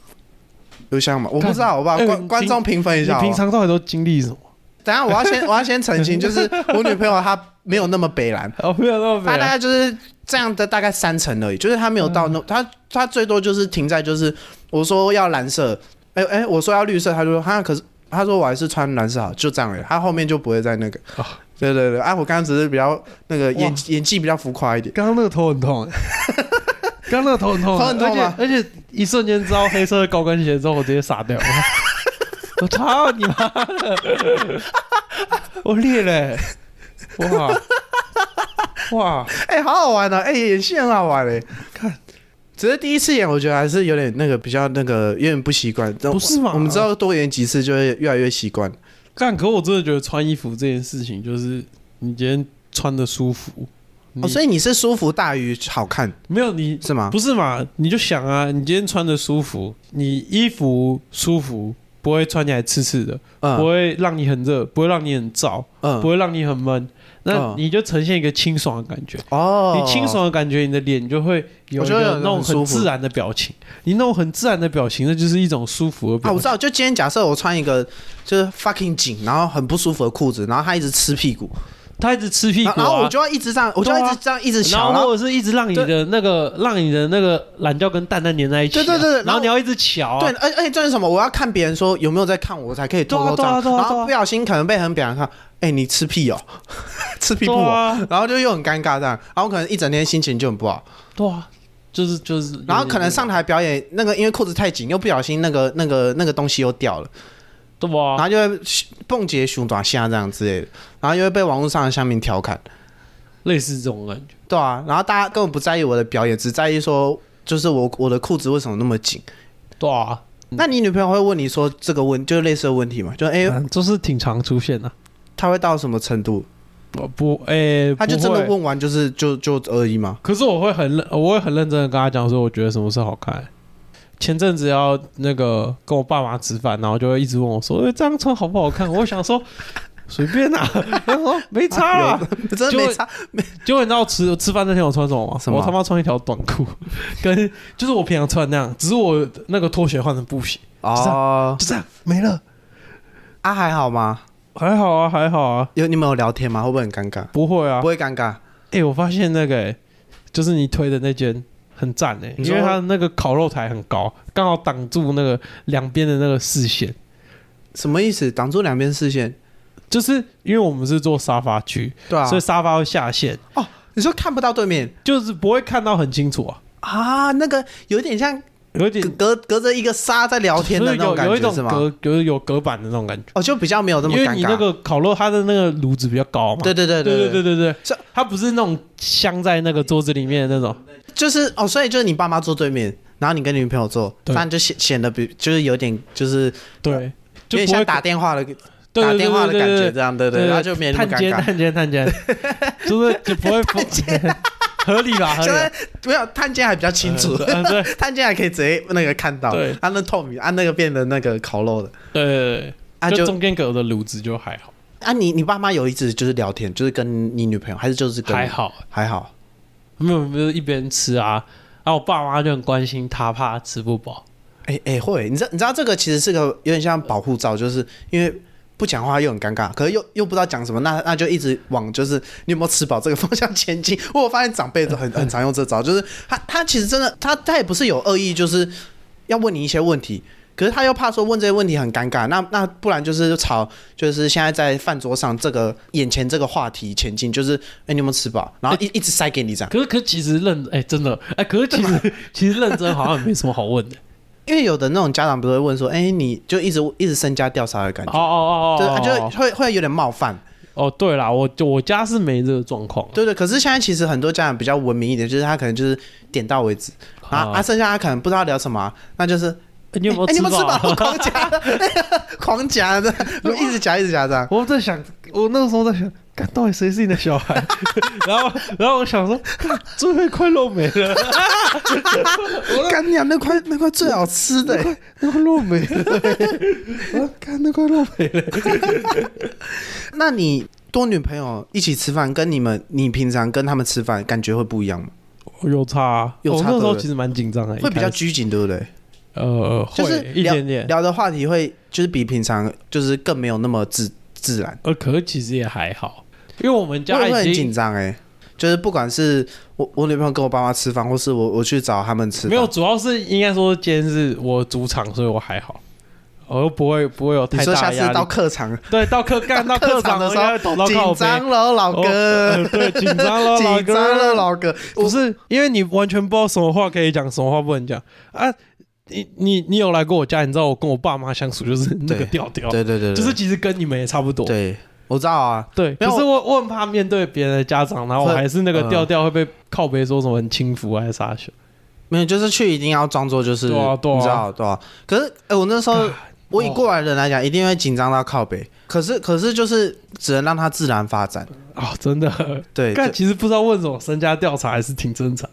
[SPEAKER 2] 有像吗？我不知道，好不好？
[SPEAKER 1] 哎
[SPEAKER 2] 观
[SPEAKER 1] 你
[SPEAKER 2] 观众评分一
[SPEAKER 1] 你
[SPEAKER 2] 下好哦不好
[SPEAKER 1] 平常到底都经历什么？
[SPEAKER 2] 等一下我 要先我要先澄清，就是我女朋友她没有那么北兰，
[SPEAKER 1] 哦，没有那么
[SPEAKER 2] 她大
[SPEAKER 1] 美。
[SPEAKER 2] 概就是这样的大概三成而已，就是她没有
[SPEAKER 1] 嗯
[SPEAKER 2] 到那她她最多就是停在就是我说要蓝色，哎、哎、我说要绿色，她就说哈，可是她说我还是穿蓝色好，就这样而已，她后面就不会再那个。
[SPEAKER 1] 哦
[SPEAKER 2] 对对对，啊，我刚刚只是比较那个演
[SPEAKER 1] 哇
[SPEAKER 2] 演技比较浮夸一点。
[SPEAKER 1] 刚刚那个头很痛，刚刚那个头很痛，啊
[SPEAKER 2] 头很痛吗
[SPEAKER 1] 而且而且一瞬间知道黑色的高跟鞋之后，我直接傻 掉了。我操你妈的！我裂了欸、哇哇！
[SPEAKER 2] 哎、好好玩哦！哎、演戏很好玩嘞、
[SPEAKER 1] 看，
[SPEAKER 2] 只是第一次演，我觉得还是有点那个比较那个有点不习惯。
[SPEAKER 1] 不是嘛
[SPEAKER 2] 我们知道多演几次就会越来越习惯。
[SPEAKER 1] 干，可我真的觉得穿衣服这件事情，就是你今天穿的舒服，
[SPEAKER 2] 哦，
[SPEAKER 1] 你
[SPEAKER 2] 所以你是舒服大于好看
[SPEAKER 1] 没有你
[SPEAKER 2] 是吗？
[SPEAKER 1] 不是嘛？你就想啊，你今天穿的舒服，你衣服舒服，不会穿起来刺刺的，不
[SPEAKER 2] 嗯
[SPEAKER 1] 会让你很热，不会让你很燥，不
[SPEAKER 2] 嗯
[SPEAKER 1] 会让你很闷，那
[SPEAKER 2] 嗯
[SPEAKER 1] 你就呈现一个清爽的感觉。
[SPEAKER 2] 哦，
[SPEAKER 1] 你清爽的感觉，你的脸就会有
[SPEAKER 2] 我
[SPEAKER 1] 一
[SPEAKER 2] 觉得
[SPEAKER 1] 个那种
[SPEAKER 2] 很舒
[SPEAKER 1] 很
[SPEAKER 2] 服
[SPEAKER 1] 自然的表情。你那种很自然的表情，那就是一种舒服的
[SPEAKER 2] 啊！
[SPEAKER 1] 表
[SPEAKER 2] 我知
[SPEAKER 1] 情。
[SPEAKER 2] 道，就今天假设我穿一个就是 fucking 紧，然后很不舒服的裤子，然后他一直吃屁股，
[SPEAKER 1] 他一直吃屁股
[SPEAKER 2] 然后然后我
[SPEAKER 1] 啊，
[SPEAKER 2] 就要一直这样，我就要
[SPEAKER 1] 对啊
[SPEAKER 2] 一直这样一直
[SPEAKER 1] 然
[SPEAKER 2] 瞧，然
[SPEAKER 1] 后
[SPEAKER 2] 后
[SPEAKER 1] 或者是一直让你的那个让你的那个懒觉跟蛋蛋粘在一起啊。
[SPEAKER 2] 对对对对
[SPEAKER 1] 然
[SPEAKER 2] 然
[SPEAKER 1] 后
[SPEAKER 2] 后
[SPEAKER 1] 你要一直瞧啊。
[SPEAKER 2] 对，而而且这是什么？我要看别人说有没有在看我，我才可以偷偷这
[SPEAKER 1] 对啊
[SPEAKER 2] 样。
[SPEAKER 1] 对啊对啊
[SPEAKER 2] 然
[SPEAKER 1] 对啊
[SPEAKER 2] 后不小心可能被很表扬看，哎、你吃屁哦， 吃屁股、
[SPEAKER 1] 对
[SPEAKER 2] 哦。
[SPEAKER 1] 啊，
[SPEAKER 2] 然后就又很尴尬这样，然后可能一整天心情就很不好，
[SPEAKER 1] 对啊，就是就是。
[SPEAKER 2] 然后可能上台表演那个因为裤子太紧，又不小心那个那个那个东西又掉了，
[SPEAKER 1] 对啊吧
[SPEAKER 2] 然？后就会蹦节熊短下这样之类的，然后就会被网络上的乡民调侃，
[SPEAKER 1] 类似这种感觉。
[SPEAKER 2] 对啊，然后大家根本不在意我的表演，只在意说就是我我的裤子为什么那么紧？
[SPEAKER 1] 对啊，
[SPEAKER 2] 那你女朋友会问你说这个问就是类似的问题吗？就哎、
[SPEAKER 1] 嗯就是挺常出现的。
[SPEAKER 2] 她会到什么程度？
[SPEAKER 1] 我不，诶、
[SPEAKER 2] 她就
[SPEAKER 1] 不
[SPEAKER 2] 真的
[SPEAKER 1] 会。
[SPEAKER 2] 问完就是就就而已吗？
[SPEAKER 1] 可是我会很认，我会很认真的跟他讲说，我觉得什么是好看。前阵子要那个跟我爸妈吃饭，然后就会一直问我说：“哎、这样穿好不好看？” 我想说随便啊， 他说没差、 啊。
[SPEAKER 2] 有真的没差，
[SPEAKER 1] 结果你知道吃吃饭那天我穿什么吗？
[SPEAKER 2] 什么
[SPEAKER 1] 我他妈穿一条短裤， 跟就是我平常穿那样，只是我那个拖鞋换成布鞋，
[SPEAKER 2] 哦，
[SPEAKER 1] 就这样没了。
[SPEAKER 2] 啊还好吗？
[SPEAKER 1] 还好啊，还好啊，
[SPEAKER 2] 有你们有聊天吗？会不会很尴尬？
[SPEAKER 1] 不会啊
[SPEAKER 2] 不。会尴尬。
[SPEAKER 1] 哎、我发现那个、欸，就是你推的那间很赞哎、
[SPEAKER 2] 你
[SPEAKER 1] 因
[SPEAKER 2] 说
[SPEAKER 1] 为它那个烤肉台很高，刚好挡住那个两边的那个视线。
[SPEAKER 2] 什么意思？挡住两边视线？
[SPEAKER 1] 就是因为我们是坐沙发区，
[SPEAKER 2] 对啊
[SPEAKER 1] 所以，沙发会下陷，
[SPEAKER 2] 你说看不到对面
[SPEAKER 1] 就是不会看到很清楚啊，
[SPEAKER 2] 啊？那个有点像
[SPEAKER 1] 有一点
[SPEAKER 2] 隔隔隔着一个纱在聊天的那
[SPEAKER 1] 就是有
[SPEAKER 2] 种感
[SPEAKER 1] 有一
[SPEAKER 2] 觉
[SPEAKER 1] 种
[SPEAKER 2] 是吗？
[SPEAKER 1] 隔有有隔板的那种感觉，
[SPEAKER 2] 哦，就比较没有那么
[SPEAKER 1] 因为
[SPEAKER 2] 尴
[SPEAKER 1] 你那
[SPEAKER 2] 尬。
[SPEAKER 1] 个烤肉它的那个炉子比较高嘛，
[SPEAKER 2] 对对对
[SPEAKER 1] 对对对
[SPEAKER 2] 对
[SPEAKER 1] 对对，
[SPEAKER 2] 这
[SPEAKER 1] 它不是那种镶在那个桌子里面的那种，
[SPEAKER 2] 就是哦，所以就是你爸妈坐对面，然后你跟女朋友坐，
[SPEAKER 1] 对
[SPEAKER 2] 但就显显得比就是有点就是
[SPEAKER 1] 对，
[SPEAKER 2] 有
[SPEAKER 1] 就
[SPEAKER 2] 点
[SPEAKER 1] 不
[SPEAKER 2] 像
[SPEAKER 1] 会
[SPEAKER 2] 打电话的
[SPEAKER 1] 对
[SPEAKER 2] 打
[SPEAKER 1] 对对
[SPEAKER 2] 电话的
[SPEAKER 1] 对
[SPEAKER 2] 感
[SPEAKER 1] 对
[SPEAKER 2] 觉
[SPEAKER 1] 对
[SPEAKER 2] 这样，对对，
[SPEAKER 1] 对
[SPEAKER 2] 然后就没那么
[SPEAKER 1] 探
[SPEAKER 2] 尴
[SPEAKER 1] 监哎
[SPEAKER 2] 尬。
[SPEAKER 1] 探监探监，就是就不会探监， 合理吧？合理
[SPEAKER 2] 现
[SPEAKER 1] 吧
[SPEAKER 2] 在没有探监还比较清楚，
[SPEAKER 1] 嗯对
[SPEAKER 2] 探监还可以直接那个看到，
[SPEAKER 1] 对
[SPEAKER 2] 啊那透明，啊那个变得那个烤肉的，
[SPEAKER 1] 对对
[SPEAKER 2] 啊
[SPEAKER 1] 对，就
[SPEAKER 2] 就
[SPEAKER 1] 中间隔的炉子就还好，
[SPEAKER 2] 啊你你爸妈有一直就是聊天，就是跟你女朋友还是就是跟
[SPEAKER 1] 还好，
[SPEAKER 2] 还好
[SPEAKER 1] 没有没有一边吃啊，然后我爸妈就很关心他，怕吃不饱，
[SPEAKER 2] 哎、哎、会，你知道你知道这个其实是个有点像保护罩，就是因为不讲话又很尴尬，可是又又不知道讲什么，那那就一直往就是你有没有吃饱这个方向前进。 我发现长 辈都很 很常用这招，就是他他其实真的他他也不是有恶意，就是要问你一些问题。可是他又怕说问这些问题很尴尬，那那不然就是吵，就是现在在饭桌上这个眼前这个话题前进，就是哎、你有没有吃饱，然后一一直塞给你这样，
[SPEAKER 1] 可是可是其实认哎真的哎，可是其实 其实认真好像也没什么好问的，
[SPEAKER 2] 因为有的那种家长不是会问说，哎、你就一直一直身家调查的感
[SPEAKER 1] 哦
[SPEAKER 2] 觉，
[SPEAKER 1] 哦
[SPEAKER 2] 对，
[SPEAKER 1] 哦
[SPEAKER 2] 啊，
[SPEAKER 1] 哦
[SPEAKER 2] 就会会有点冒犯，
[SPEAKER 1] 哦，对啦，我就我家是没这个状况，
[SPEAKER 2] 对对。可是现在其实很多家长比较文明一点，就是他可能就是点到为止，啊啊，剩下他可能不知道聊什么啊、那就是
[SPEAKER 1] 哎哦你有没有
[SPEAKER 2] 哎哎你们吃
[SPEAKER 1] 饱
[SPEAKER 2] 饱？狂夹， 狂夹的，一直夹一直夹这样。
[SPEAKER 1] 我在想，我那个时候在想，看到底谁是你的小孩？ 然后，然后我想说， 干最后一块肉没了，
[SPEAKER 2] 干娘那块那块最好吃的、欸，
[SPEAKER 1] 那块肉没了， 我看欸啊那块肉没了。
[SPEAKER 2] 那你多女朋友一起吃饭，跟你们你平常跟他们吃饭感觉会不一样吗？
[SPEAKER 1] 有差、啊，
[SPEAKER 2] 有
[SPEAKER 1] 我
[SPEAKER 2] 差
[SPEAKER 1] 那时
[SPEAKER 2] 对不
[SPEAKER 1] 候
[SPEAKER 2] 对
[SPEAKER 1] 其实蛮紧张的，
[SPEAKER 2] 会比较
[SPEAKER 1] 一开始
[SPEAKER 2] 拘谨，对不对？
[SPEAKER 1] 呃，
[SPEAKER 2] 就是
[SPEAKER 1] 会一
[SPEAKER 2] 聊
[SPEAKER 1] 点点。
[SPEAKER 2] 聊的话题会就是比平常就是更没有那么自自然。
[SPEAKER 1] 呃，可是其实也还好，因为我们
[SPEAKER 2] 我
[SPEAKER 1] 家
[SPEAKER 2] 也会很
[SPEAKER 1] 已
[SPEAKER 2] 紧
[SPEAKER 1] 经
[SPEAKER 2] 张哎，就是不管是我我女朋友跟我爸妈吃饭，或是我我去找他们吃饭，
[SPEAKER 1] 没有，主要是应该说今天是我主场，所以我还好，我又不会不会有
[SPEAKER 2] 你
[SPEAKER 1] 太
[SPEAKER 2] 说
[SPEAKER 1] 大
[SPEAKER 2] 下
[SPEAKER 1] 的
[SPEAKER 2] 次
[SPEAKER 1] 压
[SPEAKER 2] 到
[SPEAKER 1] 力。
[SPEAKER 2] 客场
[SPEAKER 1] 对，到客干到客场
[SPEAKER 2] 的时候
[SPEAKER 1] 抖到靠
[SPEAKER 2] 紧
[SPEAKER 1] 背，
[SPEAKER 2] 张了，老
[SPEAKER 1] 哦
[SPEAKER 2] 哥
[SPEAKER 1] 呃，对，紧张了，老
[SPEAKER 2] 紧
[SPEAKER 1] 哥
[SPEAKER 2] 张了，老哥，
[SPEAKER 1] 不是，因为你完全不知道什么话可以讲，什么话不能讲啊！你你你有来过我家，你知道我跟我爸妈相处就是那个
[SPEAKER 2] 对
[SPEAKER 1] 调调，
[SPEAKER 2] 对对对，对
[SPEAKER 1] 就是其实跟你们也差不多。
[SPEAKER 2] 对，我知道啊，
[SPEAKER 1] 对，
[SPEAKER 2] 没有
[SPEAKER 1] 可是我我很怕面对别人的家长，然后我
[SPEAKER 2] 会
[SPEAKER 1] 还是那个
[SPEAKER 2] 嗯
[SPEAKER 1] 调调会被靠背说什么很轻浮啊还是啥小。
[SPEAKER 2] 没有，就是去一定要装作就是，
[SPEAKER 1] 对啊对啊
[SPEAKER 2] 你知道对啊。可是哎，我那时候
[SPEAKER 1] God，
[SPEAKER 2] 我以
[SPEAKER 1] 哦
[SPEAKER 2] 过来人来讲，一定会紧张到靠北，可是可是就是只能让它自然发展，
[SPEAKER 1] 啊、真 的，
[SPEAKER 2] 对，
[SPEAKER 1] 但
[SPEAKER 2] 对
[SPEAKER 1] 其实不知道问什么身家调查还是挺正常。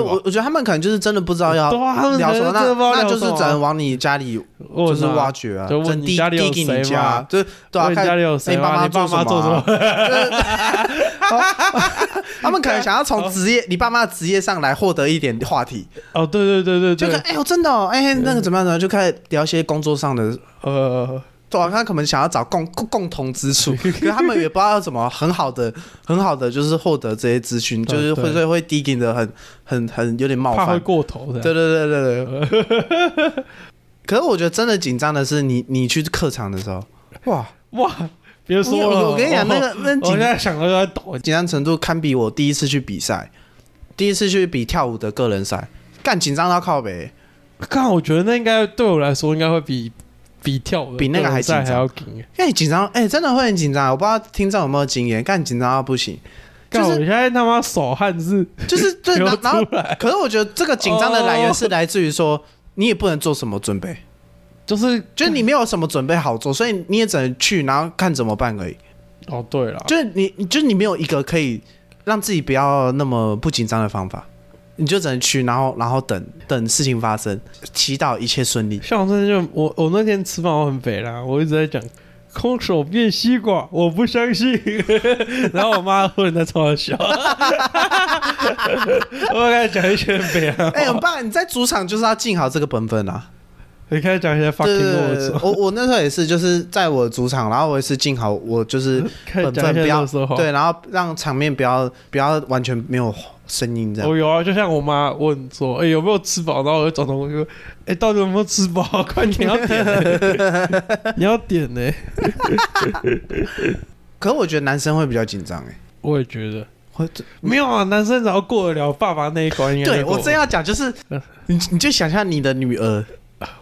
[SPEAKER 1] 对
[SPEAKER 2] 我
[SPEAKER 1] 吧
[SPEAKER 2] 我觉得他们可能就是真的不知道要
[SPEAKER 1] 对啊他们
[SPEAKER 2] 聊什么，
[SPEAKER 1] 可能真的不知道
[SPEAKER 2] 那那
[SPEAKER 1] 聊
[SPEAKER 2] 就是
[SPEAKER 1] 什么啊
[SPEAKER 2] 只能往你家里
[SPEAKER 1] 我
[SPEAKER 2] 就是挖掘啊，
[SPEAKER 1] 就问
[SPEAKER 2] 递
[SPEAKER 1] 你家里有
[SPEAKER 2] 递给你
[SPEAKER 1] 谁
[SPEAKER 2] 家
[SPEAKER 1] 嘛
[SPEAKER 2] 啊，对对啊，
[SPEAKER 1] 问你家
[SPEAKER 2] 看
[SPEAKER 1] 里有谁
[SPEAKER 2] 你爸
[SPEAKER 1] 吗？
[SPEAKER 2] 妈
[SPEAKER 1] 你爸妈
[SPEAKER 2] 做
[SPEAKER 1] 做
[SPEAKER 2] 什
[SPEAKER 1] 什
[SPEAKER 2] 么啊
[SPEAKER 1] 么？
[SPEAKER 2] 他们可能想要从职业，你爸妈的职业上来获得一点话题，
[SPEAKER 1] 哦，对对对
[SPEAKER 2] 就
[SPEAKER 1] 对
[SPEAKER 2] 看
[SPEAKER 1] 对，
[SPEAKER 2] 哎呦真的哦，哎那个怎么样怎么样，就开始聊一些工作上的，
[SPEAKER 1] 呃，
[SPEAKER 2] 对啊，他可能想要找共共共同之 处，可是他们也不知道要怎么很好的很好的就是获得这些资讯，
[SPEAKER 1] 对
[SPEAKER 2] 就是会
[SPEAKER 1] 对
[SPEAKER 2] 所以会递给的很很很有点冒
[SPEAKER 1] 怕会
[SPEAKER 2] 犯，
[SPEAKER 1] 过头的。
[SPEAKER 2] 对对对对对。 可是我觉得真的紧张的是你你去客场的时候，哇，
[SPEAKER 1] 哇，别说
[SPEAKER 2] 我
[SPEAKER 1] 了，哦
[SPEAKER 2] 我跟你讲那个那
[SPEAKER 1] 我
[SPEAKER 2] 紧
[SPEAKER 1] 现在想到就在抖。
[SPEAKER 2] 紧张程度堪比我第一次去比赛，第一次去比跳舞的个人赛，干紧张到靠北。
[SPEAKER 1] 看，我觉得那应该对我来说应该会比比跳的
[SPEAKER 2] 比那个还
[SPEAKER 1] 个人赛
[SPEAKER 2] 紧张
[SPEAKER 1] 还要紧。
[SPEAKER 2] 哎，紧张，哎，真的会很紧张。我不知道听众有没有经验，干紧张到不行，就
[SPEAKER 1] 看我
[SPEAKER 2] 是
[SPEAKER 1] 现在他妈手汗是
[SPEAKER 2] 就是对，
[SPEAKER 1] 流
[SPEAKER 2] 然 后然后
[SPEAKER 1] 出，来，
[SPEAKER 2] 可是我觉得这个紧张的来源是来自于说，你也不能做什么准备，
[SPEAKER 1] 就是
[SPEAKER 2] 就是你没有什么准备好做，所以你也只能去，然后看怎么办而已。
[SPEAKER 1] 哦，对了，
[SPEAKER 2] 就是你，你就是你没有一个可以让自己不要那么不紧张的方法，你就只能去，然后然后等等事情发生，祈祷一切顺利。
[SPEAKER 1] 像我真的就我我那天吃饭我很肥啦，我一直在讲空手变西瓜，我不相 信。然后我妈忽然在冲我笑，我跟她讲一些很肥啊。
[SPEAKER 2] 哎哎、很棒！你在主场就是要尽好这个本分啊。
[SPEAKER 1] 你开始讲一些 fucking
[SPEAKER 2] 对对
[SPEAKER 1] words，
[SPEAKER 2] 对，我我那时候也是，就是在我主场，然后我也是尽好我 就是
[SPEAKER 1] 开始
[SPEAKER 2] 本
[SPEAKER 1] 讲
[SPEAKER 2] 分，
[SPEAKER 1] 一些
[SPEAKER 2] 不要
[SPEAKER 1] 垃圾话。
[SPEAKER 2] 对，然后让场面不要不要完全没有声音这样。
[SPEAKER 1] 我有啊，就像我妈问说：“哎、有没有吃饱？”然后我就转头我就说：“哎、到底有没有吃饱？ 快点，你要点、欸， 你要点呢、
[SPEAKER 2] 可我觉得男生会比较紧张哎，
[SPEAKER 1] 我也觉得
[SPEAKER 2] 会
[SPEAKER 1] 没有啊，男生只要过得了爸爸那一关，应该
[SPEAKER 2] 对
[SPEAKER 1] 就过
[SPEAKER 2] 我
[SPEAKER 1] 了
[SPEAKER 2] 真要讲就是，你你就想象你的女儿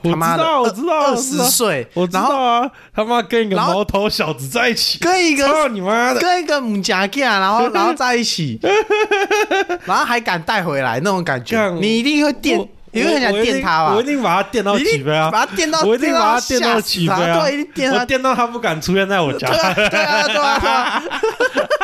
[SPEAKER 1] 我
[SPEAKER 2] 他
[SPEAKER 1] 知
[SPEAKER 2] 妈的
[SPEAKER 1] 道，我知道，
[SPEAKER 2] 二
[SPEAKER 1] 我知
[SPEAKER 2] 十
[SPEAKER 1] 道
[SPEAKER 2] 岁，
[SPEAKER 1] 我知
[SPEAKER 2] 然
[SPEAKER 1] 道
[SPEAKER 2] 后
[SPEAKER 1] 啊，他妈跟一个
[SPEAKER 2] 然后
[SPEAKER 1] 毛头小子在一起，
[SPEAKER 2] 跟一个
[SPEAKER 1] 操你妈的！
[SPEAKER 2] 跟一个母夹架，然后然后在 一起，然后还敢带回来那种感觉，
[SPEAKER 1] 干
[SPEAKER 2] 你一定会电
[SPEAKER 1] 我，
[SPEAKER 2] 你会很想
[SPEAKER 1] 我我一定
[SPEAKER 2] 电他吧
[SPEAKER 1] 我一？定把他电到
[SPEAKER 2] 你一
[SPEAKER 1] 起
[SPEAKER 2] 定
[SPEAKER 1] 飞啊！
[SPEAKER 2] 把他电到，
[SPEAKER 1] 我一定把他电
[SPEAKER 2] 电
[SPEAKER 1] 到
[SPEAKER 2] 吓死
[SPEAKER 1] 起飞啊！
[SPEAKER 2] 对，一定电
[SPEAKER 1] 我
[SPEAKER 2] 他，
[SPEAKER 1] 电到他不敢出现在我家
[SPEAKER 2] 对。啊，对啊，对啊，对啊，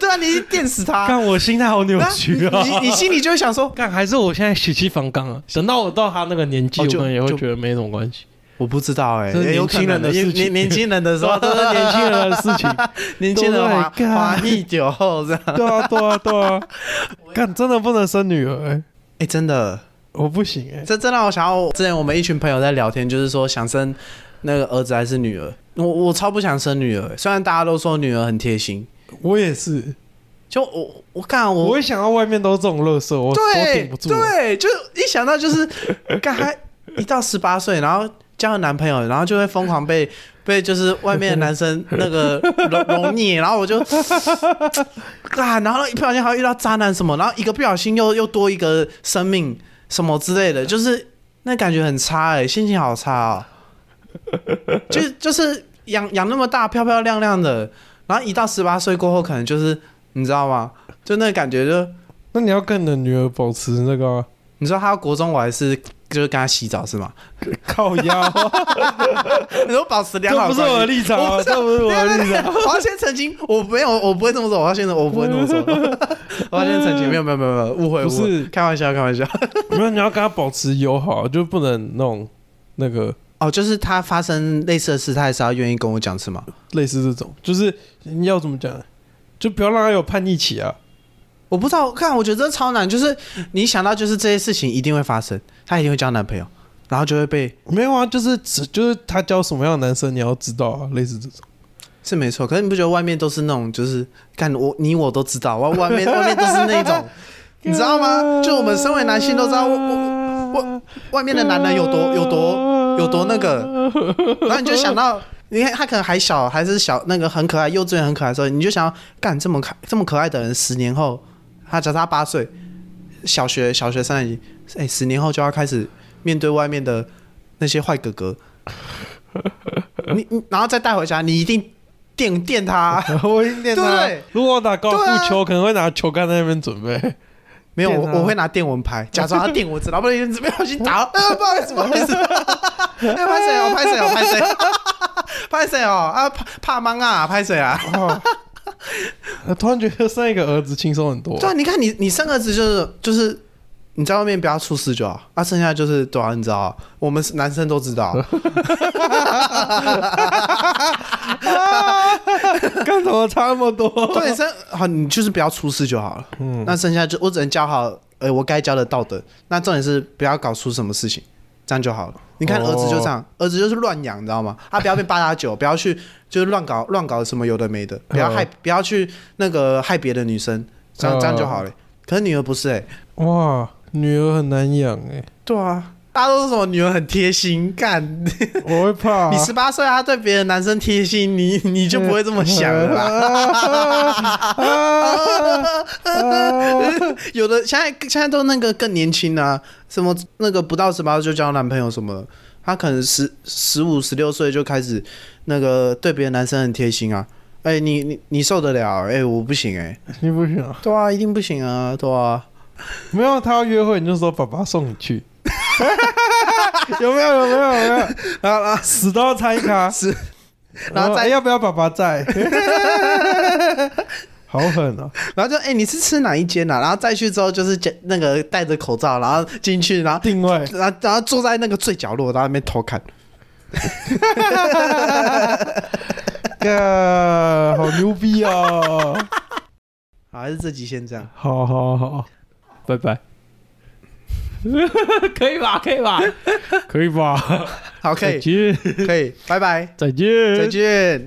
[SPEAKER 2] 对啊，你一定电死他。
[SPEAKER 1] 看我心态好扭
[SPEAKER 2] 那
[SPEAKER 1] 曲啊！
[SPEAKER 2] 你你心里就会想说，
[SPEAKER 4] 干还是我现在血气方刚 啊！等到我到他那个年纪，
[SPEAKER 2] 哦
[SPEAKER 4] 我
[SPEAKER 2] 就
[SPEAKER 4] 可能也会
[SPEAKER 2] 就
[SPEAKER 4] 觉得没什么关系。
[SPEAKER 2] 我不知道哎，
[SPEAKER 1] 这是
[SPEAKER 2] 也有可能
[SPEAKER 1] 年轻人的事情
[SPEAKER 2] 年年轻人的时
[SPEAKER 1] 对
[SPEAKER 2] 候
[SPEAKER 1] 啊，，，Oh 都是年轻人的事情。
[SPEAKER 2] 年轻人花
[SPEAKER 1] 对
[SPEAKER 2] 花蜜酒后这样，
[SPEAKER 1] 对啊，对啊，对啊！干，真的不能生女儿、欸，
[SPEAKER 2] 哎，真的。
[SPEAKER 1] 我不行哎、
[SPEAKER 2] 这这让我想到之前我们一群朋友在聊天，就是说想生那个儿子还是女儿。我我超不想生女儿，虽然大家都说女儿很贴心，
[SPEAKER 1] 我也是，
[SPEAKER 2] 就我我看
[SPEAKER 1] 我
[SPEAKER 2] 我
[SPEAKER 1] 会想到外面都是这种垃圾，我我
[SPEAKER 2] 对
[SPEAKER 1] 顶不住。
[SPEAKER 2] 对，就一想到就是 刚才一到十八岁，然后交了男朋友，然后就会疯 狂被被就是外面的男生那个揉揉捏，然后我就 啊，然后一不小心还会遇到渣男什么，然后一个不小心又又多一个生命什么之类的，就是那感觉很差哎、心情好差哦、就就是养养那么大漂漂亮亮的，然后一到十八岁过后，可能就是你知道吗？就那个感觉就。
[SPEAKER 1] 那你要跟你的女儿保持那个啊、
[SPEAKER 2] 你知道他国中我还是就是跟他洗澡是吗？
[SPEAKER 1] 靠腰，
[SPEAKER 2] 你说保持 良
[SPEAKER 1] 这
[SPEAKER 2] 好
[SPEAKER 1] 不是我的
[SPEAKER 2] 关系。
[SPEAKER 1] 立场
[SPEAKER 2] 我
[SPEAKER 1] 啊，
[SPEAKER 2] 不知道
[SPEAKER 1] 这不是我的
[SPEAKER 2] 对
[SPEAKER 1] 立
[SPEAKER 2] 对
[SPEAKER 1] 场。
[SPEAKER 2] 对，我要先澄清，我没有，我不会这么说，我要先，我不会这么说， 我要先澄清，没有没有没有没有，误会，
[SPEAKER 1] 不
[SPEAKER 2] 误会
[SPEAKER 1] 是
[SPEAKER 2] 开玩笑，开玩笑。
[SPEAKER 1] 没有，你要跟她保持友好，就不能弄那个
[SPEAKER 2] 哦，就是他发生类似的事，他还是要愿意跟我讲是吗？
[SPEAKER 1] 类似这种，就是你要怎么讲，就不要让她有叛逆期啊。
[SPEAKER 2] 我不知道，看我觉得这超难，就是你想到就是这些事情一定会发生，他一定会交男朋友，然后就会被
[SPEAKER 1] 没有啊，就是只就是她交什么样的男生，你要知道啊，类似这种。
[SPEAKER 2] 是没错，可是你不觉得外面都是那种就是干我你我都知道，外外面外面都是那 种，你知道吗？就我们身为男性都知道，我我
[SPEAKER 1] 我
[SPEAKER 2] 外面的男人有多有多，有多那个，然后你就想到，你看他可能还小，还是小那个很可爱，幼稚园很可爱的时候，你就想要干这么可这么可爱的人，十年后他假设他八岁，小学小学三年级，哎、十年后就要开始面对外面的那些坏哥哥，你你然后再带回家，你一定电电他。
[SPEAKER 1] 我一定练
[SPEAKER 2] 对不
[SPEAKER 1] 他。
[SPEAKER 2] 对？
[SPEAKER 1] 如果我打高
[SPEAKER 2] 对
[SPEAKER 1] 尔
[SPEAKER 2] 啊
[SPEAKER 1] 夫球，可能会拿球杆在那边准备。
[SPEAKER 2] 没有，我
[SPEAKER 1] 电他
[SPEAKER 2] 我会拿电蚊拍，假装他电蚊子，然后不然没小心打到，呃，不好意思，不好意思，哎，拍谁哦，拍谁哦，拍谁， 拍谁哦，啊，怕怕忙啊，拍谁啊？
[SPEAKER 1] 啊！突然觉得生一个儿子轻松很多。
[SPEAKER 2] 对啊，你看你你三个字就是就是你在外面不要出事就好，啊，剩下就是对啊，你知道，我们男生都知道，
[SPEAKER 1] 干什么差那么多？
[SPEAKER 2] 对，生好，你就是不要出事就好了。
[SPEAKER 1] 嗯
[SPEAKER 2] 那剩下就我只能教好，哎、我该教的道德。那重点是不要搞出什么事情，这样就好了。你看
[SPEAKER 1] 哦
[SPEAKER 2] 儿子就这样，儿子就是乱养，你知道吗？他不要变八加九，不要去就是乱搞乱搞什么有的没的，不要
[SPEAKER 1] 嗯
[SPEAKER 2] 害、不要去那个害别的女生，这样、这样就好
[SPEAKER 1] 嗯
[SPEAKER 2] 了。可是女儿不是哎、
[SPEAKER 1] 哇，女儿很难养哎，
[SPEAKER 2] 对啊，大家都说什么女儿很贴心，干
[SPEAKER 1] 我会怕。
[SPEAKER 2] 你十八岁啊，对别的男生贴心，你你就不会这么想了 啦。 有的现在现在都那个更年轻啊，什么那个不到十八就交男朋友什么的，他可能十十五十六岁就开始那个对别的男生很贴心啊。哎、你你你受得了？哎、我不行哎、
[SPEAKER 1] 你不行啊？
[SPEAKER 2] 对啊，一定不行啊，对啊。
[SPEAKER 1] 没有，他要约会，你就说爸爸送你去。 有没有？有没有？有没有？
[SPEAKER 2] 然后然后
[SPEAKER 1] 啊死都要插一卡，
[SPEAKER 2] 是然后再
[SPEAKER 1] 哎要不要爸爸 在？好狠啊！
[SPEAKER 2] 然后就哎、你是吃哪一间啊？然后再去之后就是讲那个戴着口罩，然后进去，然后
[SPEAKER 1] 定位
[SPEAKER 2] 然后然后坐在那个最角落，然后在那边偷看。
[SPEAKER 1] 干，好牛逼哦！
[SPEAKER 2] 好，还是这集先这样。
[SPEAKER 1] 好好好，拜拜。
[SPEAKER 4] 可以吧？可以吧？
[SPEAKER 1] 可以吧？
[SPEAKER 2] 好，可
[SPEAKER 1] 再
[SPEAKER 2] 以，
[SPEAKER 1] 见，
[SPEAKER 2] 可以，拜拜，
[SPEAKER 1] 再见，
[SPEAKER 2] 再见。